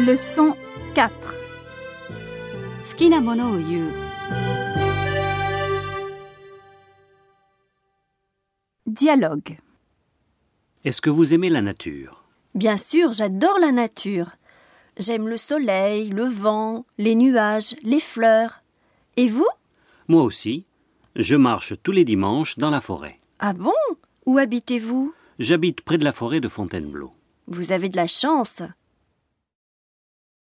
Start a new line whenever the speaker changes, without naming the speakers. Leçon 4.
好きなものを言う
Dialogue.
Est-ce que vous aimez la nature
Bien sûr, j'adore la nature. J'aime le soleil, le vent, les nuages, les fleurs. Et vous
Moi aussi. Je marche tous les dimanches dans la forêt.
Ah bon Où habitez-vous
J'habite près de la forêt de Fontainebleau.
Vous avez de la chance.